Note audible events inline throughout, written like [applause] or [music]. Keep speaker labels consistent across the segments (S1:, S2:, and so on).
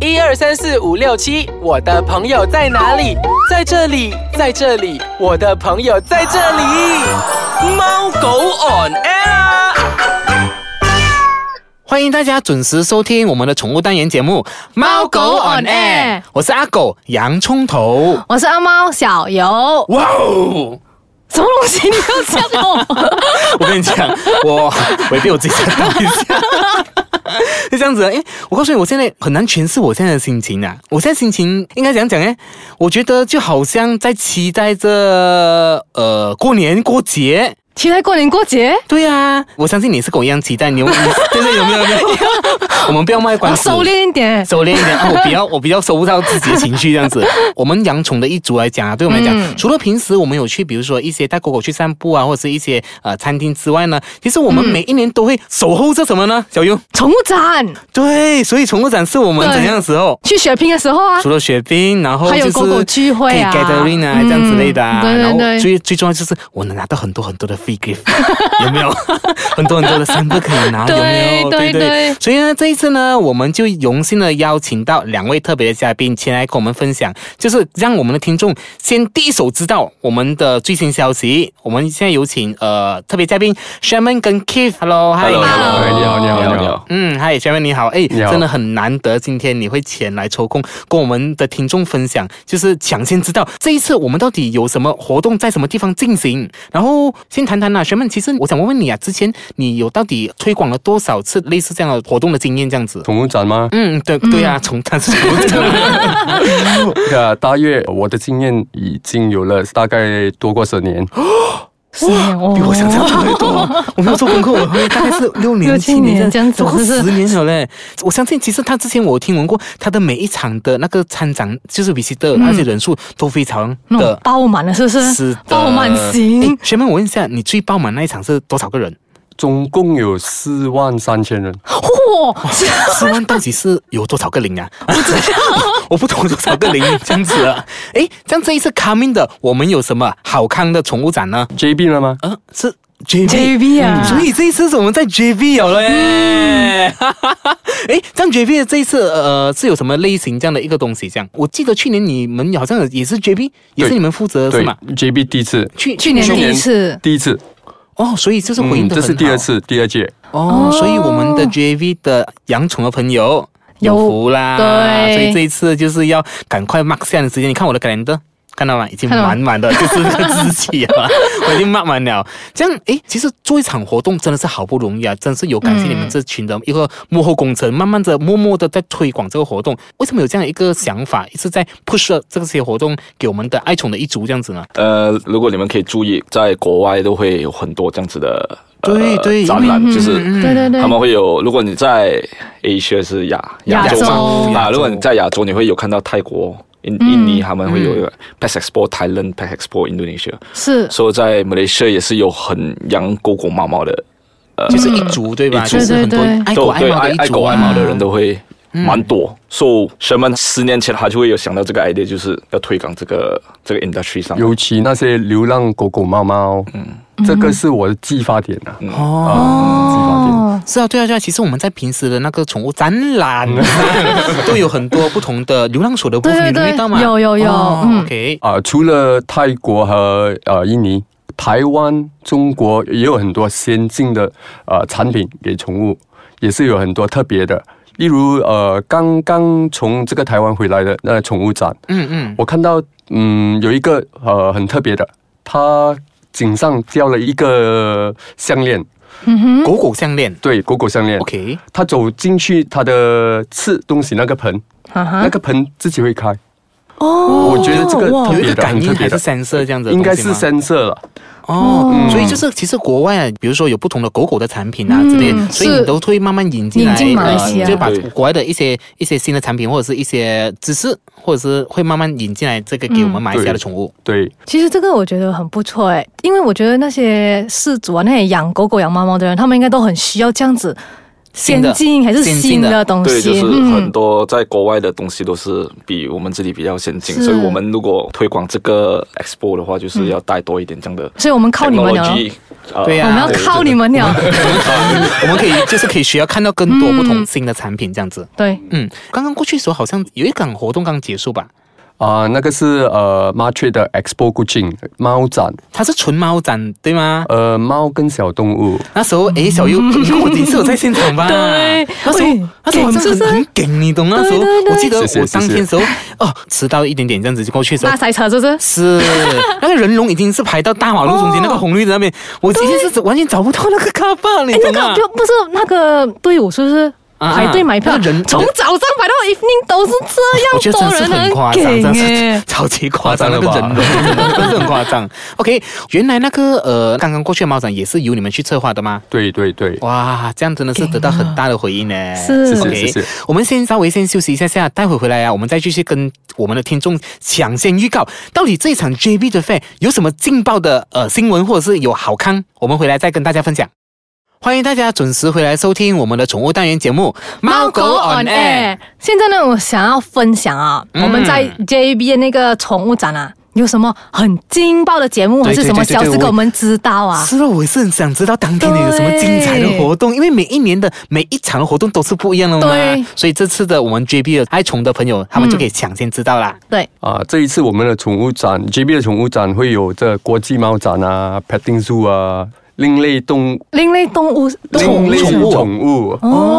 S1: 一二三四五六七，我的朋友在哪里？在这里，在这里，我的朋友在这里。
S2: 猫狗 on air 啊。
S3: 欢迎大家准时收听我们的宠物单元节目《猫狗 on air》，我是阿狗洋葱头。
S4: 我是阿猫小游，
S3: 哇哦！
S4: 什么东西你要这样我？
S3: 我跟你讲，我我被我自己吓到一下。 [laughs] 就这样子，哎，我告诉你，我现在很难诠释我现在的心情啊！我现在心情应该怎样讲呢？我觉得就好像在期待着呃过年过节。
S4: 期待过年过节，
S3: 对啊，我相信你是跟我一样期待，你有 [laughs] 对对有没有？有没有我们不要卖关
S4: 我
S3: 子，
S4: 收敛
S3: [laughs]
S4: 一点。
S3: 收敛一点啊！我比较我比较收不到自己的情绪这样子。 [laughs] 我们养宠的一族来讲啊，对我们来讲，
S4: 嗯
S3: 除了平时我们有去，比如说一些带狗狗去散步啊，或者是一些呃餐厅之外呢，其实我
S4: 嗯
S3: 们每一年都会守候着什么呢？小优，
S4: 宠物展
S3: 对，所以宠物展是我们
S4: 对
S3: 怎样的哦时候？
S4: 去血拼的时候啊，
S3: 除了雪冰，然后
S4: 还
S3: 就
S4: 有
S3: 是
S4: 狗狗聚会啊
S3: 可以 gathering 啊、
S4: 嗯
S3: 这样之类的啊。
S4: 对对
S3: 然后
S4: 对
S3: 最最重要就是我能拿到很多很多的 free gift，有 [laughs] 没有？很多很多的三个可以拿，有没有？
S4: 对对对
S3: 所以呢，这一次呢，我们就荣幸的邀请到两位特别的嘉宾前来跟我们分享，就是让我们的听众先第一手知道我们的最新消息。我们现在有请呃特别嘉宾 Sherman 跟 Keith。Hello，Hi。
S4: Hello
S2: 哎你好，你好，你好。
S3: 嗯，嗨，前面你好，哎，
S2: 你好
S3: 真的很难得，今天你会前来抽空跟我们的听众分享，就是抢先知道这一次我们到底有什么活动在什么地方进行。然后先谈谈啦、学妹，其实我想问问你啊，之前你有到底推广了多少次类似这样的活动的经验？这样子？
S2: 宠物展吗？
S3: 嗯，对对啊，从但是啊嗯
S2: 呃，大约我的经验已经有了大概多过十年。
S4: 是哦
S3: 比我想象中的多。我没有做功课，我会大概是六年、
S4: 六
S3: 七
S4: 七
S3: 年
S4: 年这样子
S3: 超过
S4: 是
S3: 十
S4: 不是
S3: 年了嘞。 [laughs] 我相信，其实他之前我有听闻过，他的每一场的那个参展，就是比 i 的那些人数都非常
S4: 嗯那
S3: 的
S4: 种爆满了，是不是？
S3: 是的
S4: 爆满型
S3: 诶。学妹，我问一下，你最爆满那一场是多少个人？ [laughs]
S2: 总共有四万三千人，
S4: 嚯，是
S3: 十万到底是有多少个零啊？不知道， [laughs] 我不懂多少个零这样子啊。诶，像这一次 coming 的，我们有什么好看的宠物展呢？
S2: JB 了吗？
S3: 嗯、是 JB。
S4: JB 啊，嗯
S3: 所以这一次是我们在 JB 有了 [laughs] 耶，哈哈哈。哎，像 JB 的这一次呃是有什么类型这样的一个东西？这样，我记得去年你们好像也是 JB，也是你们负责是
S2: 对
S3: 吗？
S2: ，JB 第一次，
S3: 去
S4: 去年第一次，
S2: 第一次，嗯
S3: 哦，所以这是回应的、
S2: 这是第二次，第二届。
S3: 哦，
S4: 哦
S3: 所以我们的 JV 的养宠的朋友有
S4: 有
S3: 福啦，
S4: 对
S3: 所以这一次就是要赶快 mark 下的时间。你看我的 calendar。看到吗？已经
S4: 看到吗
S3: 满满的，就是这个日期啊， [laughs] 我已经 mark 满了。这样，诶，其实做一场活动真的是好不容易啊，真是有感谢你们这群的一个幕后工程，慢慢的、默默的在推广这个活动。为什么有这样一个想法，一直在 push 这些活动给我们的爱宠的一族这样子呢？
S5: 呃，如果你们可以注意，在国外都会有很多这样子的呃
S3: 对对
S5: 展览，
S4: 嗯
S5: 就是
S4: 对对对
S5: 他，们会有。如果你在 Asia 是亚
S4: 亚
S5: 洲
S4: 洲
S5: 嘛，
S3: 亚
S5: 啊，
S3: 洲嗯
S5: 如果你在亚洲，你会有看到泰国、印印尼，他们会有一个 Pet Expo Thailand、Pet Expo Indonesia，
S4: 是
S5: 所以在马来西亚也是有很养狗狗、猫猫的，
S3: 就是一族对
S4: 嗯
S3: 吧？
S5: 一
S3: 就
S5: 族
S3: 是很多
S4: 对对对
S3: 爱狗
S5: 都
S3: 爱
S5: 对
S3: 猫的
S5: 爱
S3: 一族、啊、嗯
S5: 爱狗爱猫的人都会。蛮多，所以什么十年前他就会有想到这个 idea，就是要推广这个这个 industry 上。
S2: 尤其那些流浪狗狗、猫猫，
S3: 嗯
S2: 这个是我的激发点啊，
S5: 嗯
S3: 哦。
S2: 啊，激发点。
S4: 哦，
S3: 是啊，对啊，对啊。其实我们在平时的那个宠物展览啊
S2: [laughs]
S3: 都有很多不同的流浪所的部分，
S4: 对
S3: 你留
S4: 对
S3: 意到吗？
S4: 有有有
S3: 哦
S4: 嗯
S3: OK，
S2: 啊、除了泰国和呃印尼，台湾、中国也有很多先进的呃产品给宠物，也是有很多特别的。例如呃，刚刚从这个台湾回来的那宠物展，
S3: 嗯嗯，
S2: 我看到嗯有一个呃很特别的，它颈上吊了一个项链，
S3: 嗯狗狗项链
S2: 对，狗狗项链。
S3: ，OK，
S2: 它走进去它的吃东西那个盆，
S4: 哈
S2: 那
S3: 啊
S4: 哈，
S2: 个盆自己会开，
S4: 哦
S2: 我觉得这个
S4: 哇
S2: 特
S3: 有
S2: 别
S3: 一个
S2: 的
S3: 感
S2: 很
S3: 应
S2: 特
S3: 还
S2: 别
S3: 是
S2: 嗯的
S3: 三色这样子的
S2: 应
S3: 东西吗，
S2: 该是深色了。
S3: 哦，
S2: 嗯
S3: 所以就是其实国外啊，比如说有不同的狗狗的产品啊之类的，
S4: 嗯
S3: 所以你
S4: 是
S3: 都会慢慢引进来，
S4: 引进马来西亚
S3: 呃就把
S5: 对
S3: 国外的一些一些新的产品或者是一些知识，或者是会慢慢引进来这个给我
S4: 嗯
S3: 们马来西亚的宠物。
S2: 对，
S4: 其实这个我觉得很不错哎，因为我觉得那些饲主啊，那些养狗狗、养猫猫的人，他们应该都很需要这样子。
S3: 新
S4: 先
S3: 的
S4: 进还是
S3: 先
S4: 新
S3: 进的
S4: 的东
S5: 对，就
S4: 西？嗯
S5: 是很多在国外的东西都是比我们这里比较先进，
S4: 是
S5: 所以我们如果推广这个 expo 的话，就是要带多一点这样的 technology，
S4: 嗯所以我们靠你们了，
S5: 呃
S3: 对呀
S4: 我们要靠你们
S3: 哎
S4: 了。 [laughs]
S3: 我们可以就是可以需要看到更
S4: 嗯
S3: 多不同新的产品这样子。
S4: 对，
S3: 嗯，刚刚过去的时候好像有一场活动刚结束吧？
S2: 啊、那个是呃 m a r t r e 的 Expo Kuching 猫展，
S3: 它是纯猫展对吗？
S2: 呃，猫跟小动物。
S3: 那时候诶，小优，你跟我第一次有在现场吧？
S4: 嗯 [laughs] 对
S3: 那时
S4: 喂
S3: 候那时候
S4: 是不
S3: 很
S4: 是
S3: 很很梗，你懂？那时候
S4: 对对对
S3: 我记得
S2: 谢谢
S3: 我当天的时候哦，迟到一点点这样子就过去的时候
S4: 大，塞车是不是？
S3: 是那个人龙已经是排到大马路中间那个红绿的那边，我今天是完全找不到那个卡巴，你
S4: 哦哎，那
S3: 懂啊吗
S4: 个？不不是那个队伍是不是？
S3: 啊
S4: 排队买票，
S3: 那个人
S4: 从早上排到 evening 都是
S3: 我觉
S4: 这
S3: 得
S4: 样
S3: 真
S4: 多
S3: 的
S4: 人，
S3: 是很夸张，真
S4: 给
S3: 的
S4: 耶
S3: 是！超级夸张，那
S2: 夸
S3: 个
S2: 张
S3: 人
S2: 了吧
S3: 龙 [laughs] 真的很夸张。OK，原来那个呃，刚刚过去的猫展也是由你们去策划的吗？
S2: 对对对，
S3: 哇，这样真的是得到很大的回应呢。
S4: 是谢谢
S3: OK，
S2: 谢谢
S3: 我们先稍微先休息一下下，待会回来啊，我们再继续跟我们的听众抢先预告，到底这一场 JB 的 fan 有什么劲爆的呃新闻，或者是有好康，我们回来再跟大家分享。欢迎大家准时回来收听我们的宠物单元节目《猫狗 on air》。。
S4: 现在呢，我想要分享啊，
S3: 嗯
S4: 我们在 JB 的那个宠物展啊，有什么很劲爆的节目还
S3: 对对
S4: 是什么
S3: 对对
S4: 消
S3: 对
S4: 息
S3: 我
S4: 给我们知道啊？
S3: 是了，我也是很想知道当天的有什么精彩的活动，因为每一年的每一场活动都是不一样的
S4: 对
S3: 嘛。所以这次的我们 JB 的爱宠的朋友，他们就可以抢先知道啦。
S4: 对，
S2: 啊、这一次我们的宠物展，JB 的宠物展会有这国际猫展啊、Petting Zoo 啊、另类动
S4: 另类动物动
S2: 另类
S4: 物
S2: 宠物。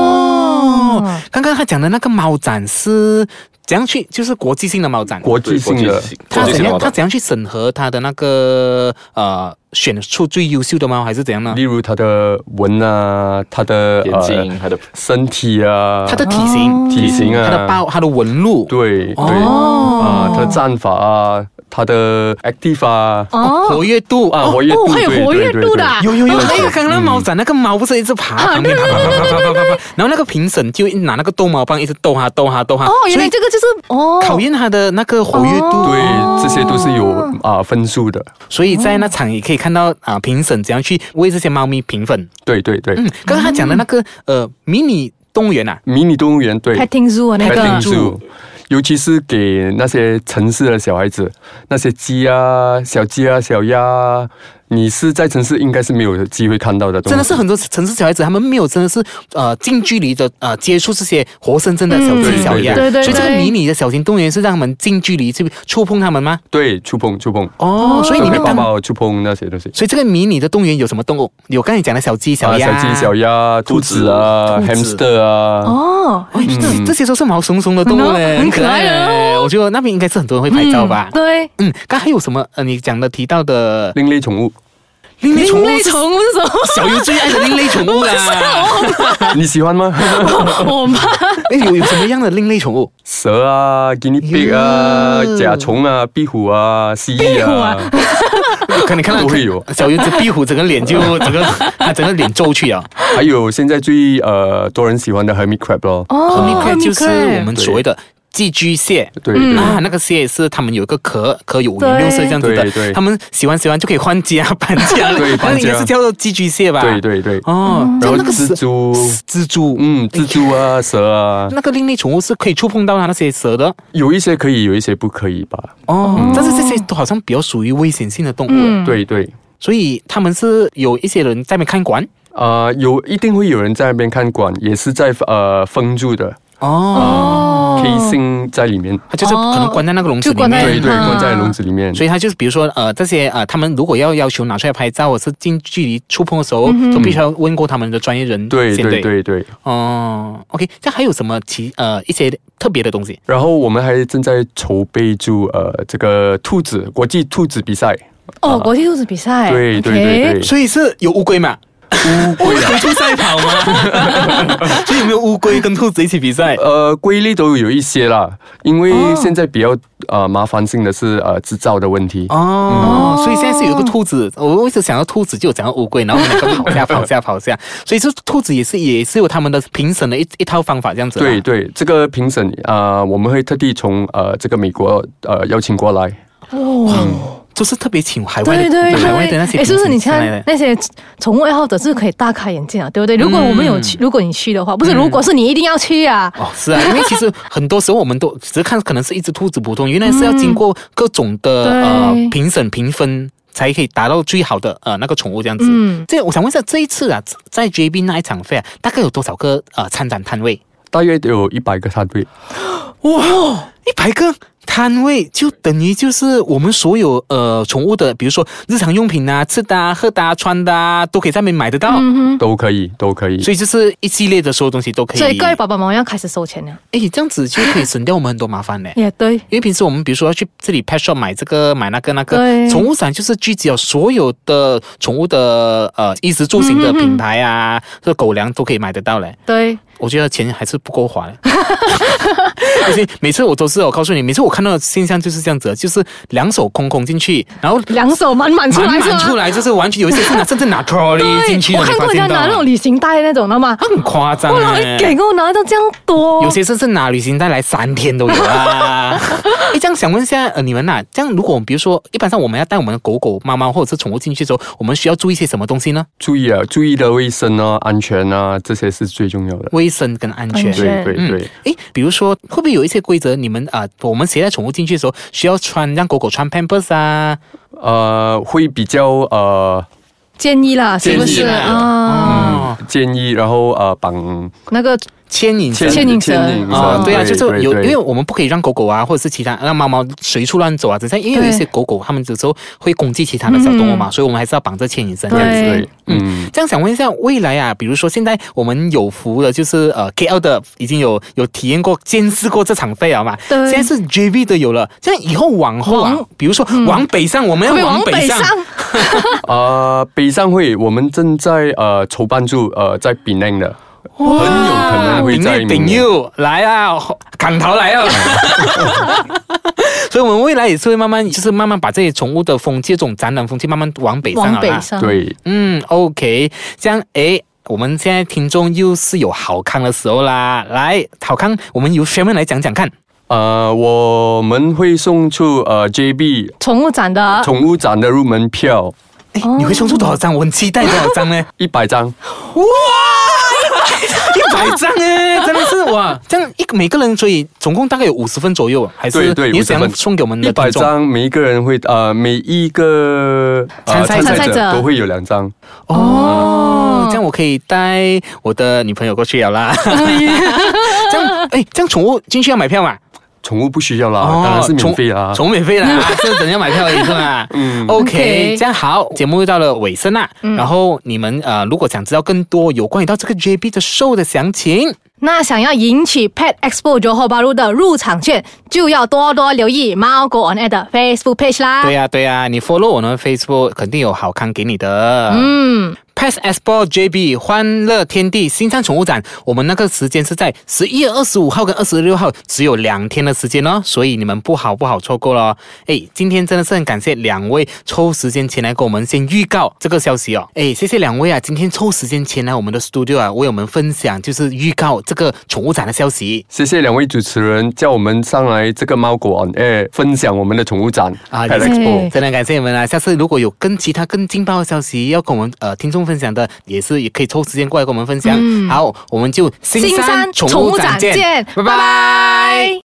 S4: 哦，
S3: 刚刚他讲的那个猫展是怎样去，就是国际性的猫展，
S2: 国际性的，
S5: 国
S3: 他
S5: 际
S3: 怎
S5: 性的
S3: 样
S5: 话
S3: 他怎样去审核他的那个呃选出最优秀的猫，还是怎样呢
S2: 例？如它的纹啊、它的
S5: 眼睛、它的
S2: 身体啊、
S3: 它的体型、
S2: 体型啊、
S3: 它的包、它的纹路，
S2: 对对
S3: 哦
S2: 啊，它的战法啊，它的 active 啊，
S3: 活跃度
S2: 啊，
S3: 哦
S2: 活跃度，
S4: 哦还有
S2: 对
S4: 活跃
S2: 对对
S4: 度的
S2: 对
S4: 啊
S3: 有有有，那个刚刚猫展那个猫不是一直爬旁边爬爬爬爬爬爬，然后那个评审就拿那个逗猫棒一直逗它逗它逗它，
S4: 哦，原来
S3: 啊所以
S4: 这个就是哦，
S3: 考验它的那个活跃度。
S2: 对，这些都是有
S3: 哦
S2: 啊分数的。
S3: 所以在那场也可以看到啊，评审怎样去为这些猫咪评分。
S2: 对对对，
S3: 嗯，刚刚他讲的那个呃迷你动物园啊，
S2: 迷你动物园对
S4: petting zoo 啊那个
S2: petting zoo，尤其是给那些城市的小孩子，那些鸡啊、小鸡啊、小鸭啊，你是在城市应该是没有机会看到的东西。
S3: 真的是很多城市小孩子他们没有真的是呃近距离的呃接触这些活生生的小鸡
S4: 嗯
S3: 小鸭，
S4: 对对对
S3: 所以这个
S4: 对
S3: 迷你的小型动物园是让他们近距离去触碰它们吗？
S2: 对触碰触碰，
S3: 哦，所以你
S2: 手
S3: 们
S2: 会抱
S3: 刚
S2: 抱触碰那些东西。
S3: 所以这个迷你的动物园有什么动物？有刚才讲的小鸡、小
S2: 啊，
S3: 鸭、
S2: 小鸡、小鸭、兔子啊、
S3: 兔子
S2: hamster 啊，
S4: 哦，
S3: 哎这这些都是毛茸茸的动物嘞，
S4: 嗯很可爱哦的
S3: 嘞。我觉得那边应该是很多人会拍照吧。
S4: 对，
S3: 嗯，刚才还有什么？呃，你讲的提到的
S2: 另类宠
S3: [laughs]
S2: 物，
S3: 另类宠
S4: 另
S3: 物
S4: 类
S3: 是
S4: 宠物是什么？
S3: 小优最爱的另类宠物
S4: [laughs]
S3: 啦。
S2: 你喜欢
S3: [laughs]
S2: 吗？
S4: 我妈
S3: 哎，有有什么样的另类宠物？
S2: 蛇啊、guinea pig 啊
S3: 哟、
S2: 甲虫啊、壁虎啊、蜥蜴啊，
S3: 可能看到
S2: 都会有
S3: 哦小优这壁虎整个脸就整个 [laughs] 他整个脸皱去啊。
S2: 还有现在最呃多人喜欢的 hermit crab 咯。
S4: 哦
S3: Hermit crab 就是我们
S2: 对
S3: 所谓的寄居蟹。
S2: 对对
S3: 啊，那个蟹是他们有一个壳，壳有五颜六色这样子
S2: 嗯对
S3: 的，
S2: 对
S3: 他们喜欢喜欢就可以换家 [laughs] 搬家了，
S2: 对
S3: 那
S2: 搬家
S3: 应该是叫做寄居蟹吧？
S2: 对。对对，
S3: 哦，
S2: 然
S3: 后
S2: 后
S3: 那个
S2: 蜘
S3: 蛇
S2: 蛛，
S3: 蜘蛛，
S2: 嗯，蜘蛛啊、蛇啊，
S3: 那个另类宠物是可以触碰到它那些蛇的
S2: 有一些可以，有一些不可以吧？
S3: 哦，但是这些都好像比较属于危险性的动物，
S4: 嗯
S2: 对对，
S3: 所以他们是有一些人在那边看管
S2: 啊，有一定会有人在那边看管，也是在呃封住的
S3: 哦，
S4: 哦
S2: K 星在里面，
S3: 它哦就是可能关在那个笼子里
S4: 就关
S3: 面，
S4: 在
S2: 对对，
S4: 啊
S2: 关在笼子里面。
S3: 所以他就是比如说呃，这些呃，他们如果要要求拿出来拍照，或是近距离触碰的时候，就必须要问过他们的专业人
S2: 对
S3: 先
S2: 对对对，
S3: 哦，OK，这还有什么其呃一些特别的东西？
S2: 然后我们还正在筹备住呃这个兔子国际兔子比赛，
S4: 哦，国际兔子比赛，
S2: 对对对
S4: OK
S2: 对，
S3: [laughs] 所以是有乌龟嘛？乌龟
S2: 啊
S3: 出赛跑吗？ [laughs] 所以有没有乌龟跟兔子一起比赛？
S2: 呃，龟类都有一些啦，因为
S3: 哦
S2: 现在比较呃麻烦性的是呃制造的问题。
S3: 哦，所以现在是有一个兔子，我一直想到兔子，就有讲到乌龟，然后我们两个跑下跑下跑下，所以这兔子也是也是有他们的评审的一一套方法这样子啊啦。
S2: 对对，这个评审啊、呃我们会特地从呃这个美国呃邀请过来，
S3: 就是特别请海外的
S4: 对对
S3: 海外的那
S4: 对，
S3: 些
S4: 哎，
S3: 明
S4: 是
S3: 星
S4: 不是你
S3: 上来
S4: 看
S3: 的嗯
S4: 那些宠物爱好者是可以大开眼界啊，对不对？如果我们有去，如果你去的话，不是，如果是你一定要去啊。
S3: 哦，是
S4: [laughs]
S3: 啊，因为其实很多时候我们都只是看，可能是一只兔子普通，原来是要经过各种的、
S4: 嗯对
S3: 呃评审评分。才可以达到最好的呃那个宠物这样子。
S4: 嗯
S3: 这我想问一下，这一次啊，在 JB 那一场费啊，大概有多少个呃参展摊位？
S2: 大约有一百个摊位。
S3: 一百个摊位就等于就是我们所有呃宠物的，比如说日常用品啊、吃的啊、喝的啊、穿的啊，都可以在那边买得到。
S4: 嗯
S2: 都可以，都可以。
S3: 所以就是一系列的所有东西都可
S4: 哼，
S3: 以。
S4: 所以各位爸爸妈妈要开始收钱了。
S3: 哎，这样子就可以省掉我们很多麻烦
S4: [laughs]
S3: 嘞。
S4: 也对，
S3: 因为平时我们比如说要去这里 pet shop 买这个买那个那个，
S4: 对
S3: 宠物展就是聚集了所有的宠物的呃衣食住行的品牌
S4: 嗯
S3: 啊，这、狗粮都可以买得到嘞。
S4: 对，
S3: 我觉得钱还是不够 [laughs] 花嘞。而且每次我都是，我告诉你，每次我看到的现象就是这样子，就是两手空空进去，然后
S4: 两手满满出
S3: 满
S4: 来是
S3: 满
S4: 吗？
S3: 出来，就是完全有一些是拿甚至拿 trolley 进去
S4: 对，
S3: 的，
S4: 我看
S3: 你
S4: 过
S3: 发
S4: 人家
S3: 现到
S4: 拿那种
S3: 吗？
S4: 旅行袋那种的嘛，
S3: 很夸张
S4: 哇，
S3: 欸
S4: 给我拿到这样多，
S3: 有些甚至拿旅行袋来三天都有啊！哎，这样想问一下，呃，你们呐、这样如果我们比如说，一般上我们要带我们的狗狗、猫猫或者是宠物进去的时候，我们需要注意些什么东西呢？
S2: 注意啊，注意的卫生啊、安全啊，这些是最重要的。
S3: 卫生跟安全。
S4: 安全
S2: 对对
S3: 嗯
S2: 对，，
S3: 哎，比如说，会不会有一些规则？你们啊、我们携带宠物进去的时候，需要穿让狗狗穿 Pampers 啊？
S2: 呃，会比较呃
S4: 建议啦，是不是
S2: 建议啦
S4: 啊？
S3: 哦，
S2: 建议，然后呃绑
S4: 那个
S3: 嗯牵引绳
S4: 牵牵引绳
S3: 啊
S4: 嗯，
S3: 对啊，就是有，因为
S2: 为
S3: 我们不可以让狗狗啊，或者是其他让猫猫随处乱走啊，只是因为有一些狗狗它们有时候会攻击其他的小动物嘛，所以我们还是要绑着牵引绳这样子。
S4: 对
S2: 对，嗯，
S3: 这样想问一下，未来啊，比如说现在我们有服的，就是呃 KL 的已经有有体验过、见识过这场费了嘛？
S4: 对
S3: 现在是 JV 的有了，这样以后往后啊
S4: 往，
S3: 比如说往北上，我们要
S4: 会
S3: 往
S4: 往北
S3: 上
S4: 上，
S2: 呃，北上会我们正在呃筹办住呃在 Penang 的，很
S3: 哦
S2: 有可能会
S3: 顶
S2: 在
S3: 又
S2: 明
S3: 顶
S2: 年
S3: 又来啊，港头来
S4: [laughs]
S3: 啊！所以，我们未来也是会慢慢，就是慢慢把这些宠物的风气、这种展览风气，慢慢往北上啊
S4: 往
S3: 好啦
S4: 北上，
S2: 对，
S3: 嗯，OK，这样诶，我们现在听众又是有好康的时候啦。来，好康，我们由 Sherman 来讲讲看。
S2: 呃，我们会送出呃 JB
S4: 宠物展
S3: 啊
S4: 的，
S2: 宠物展的入门票
S3: 诶你会送出多少张？我很期待多少张呢？
S2: 一百张，
S3: 哇，一百张哎，真的是哇！这样一每个人，所以总共大概有五十分左右，啊还是
S2: 对对，
S3: 你想
S2: 50分
S3: 送给我们的
S2: 一百
S3: 听众？
S2: 张，每一个人会呃每一个呃
S3: 参赛
S4: 参赛者
S2: 都会有两张。
S3: 哦，这样我可以带我的女朋友过去了啦。 [laughs] 这样，哎，这样宠物进去要买票嘛？
S2: 宠物不需要啦，当然是免费啊
S3: [laughs]
S2: 啦。
S3: 宠物哦免费
S2: [laughs]
S3: 啦，就等一下买票而已是吧？嗯，OK， [laughs]
S4: OK
S3: 这样好，节目又到了尾声啦。然后你们呃，如果想知道更多有关于到这个 JB 的 show 的详情，
S4: 那想要赢取 Pet Expo 九后八路的入场券，就要多多留意猫狗 on air 的 Facebook page 啦。
S3: 对呀、啊对呀、你 follow 我们 Facebook 肯定有好康给你的。
S4: 嗯，
S3: Pass Expo JB 欢乐天地新山宠物展，我们那个时间是在十一月二十五号跟二十六号，只有两天的时间哦，所以你们不好不好错过了。哎，今天真的是很感谢两位抽时间前来跟我们先预告这个消息哦。哎，谢谢两位啊，今天抽时间前来我们的 studio 啊，为我们分享就是预告这个宠物展的消息。
S2: 谢谢两位主持人叫我们上来这个猫狗 on air 分享我们的宠物展
S3: 啊
S2: Pet
S3: 对
S2: Expo
S4: 对
S3: 真的感谢你们啦！啊下次如果有跟其他更劲爆的消息要跟我们呃听众分享的，也是也可以抽时间嗯过来跟我们分享。好，我们就新
S4: 新
S3: 山
S4: 山
S3: 宠
S4: 宠
S3: 物
S4: 物
S3: 展
S4: 展
S3: 见
S4: 见，，
S3: 拜拜。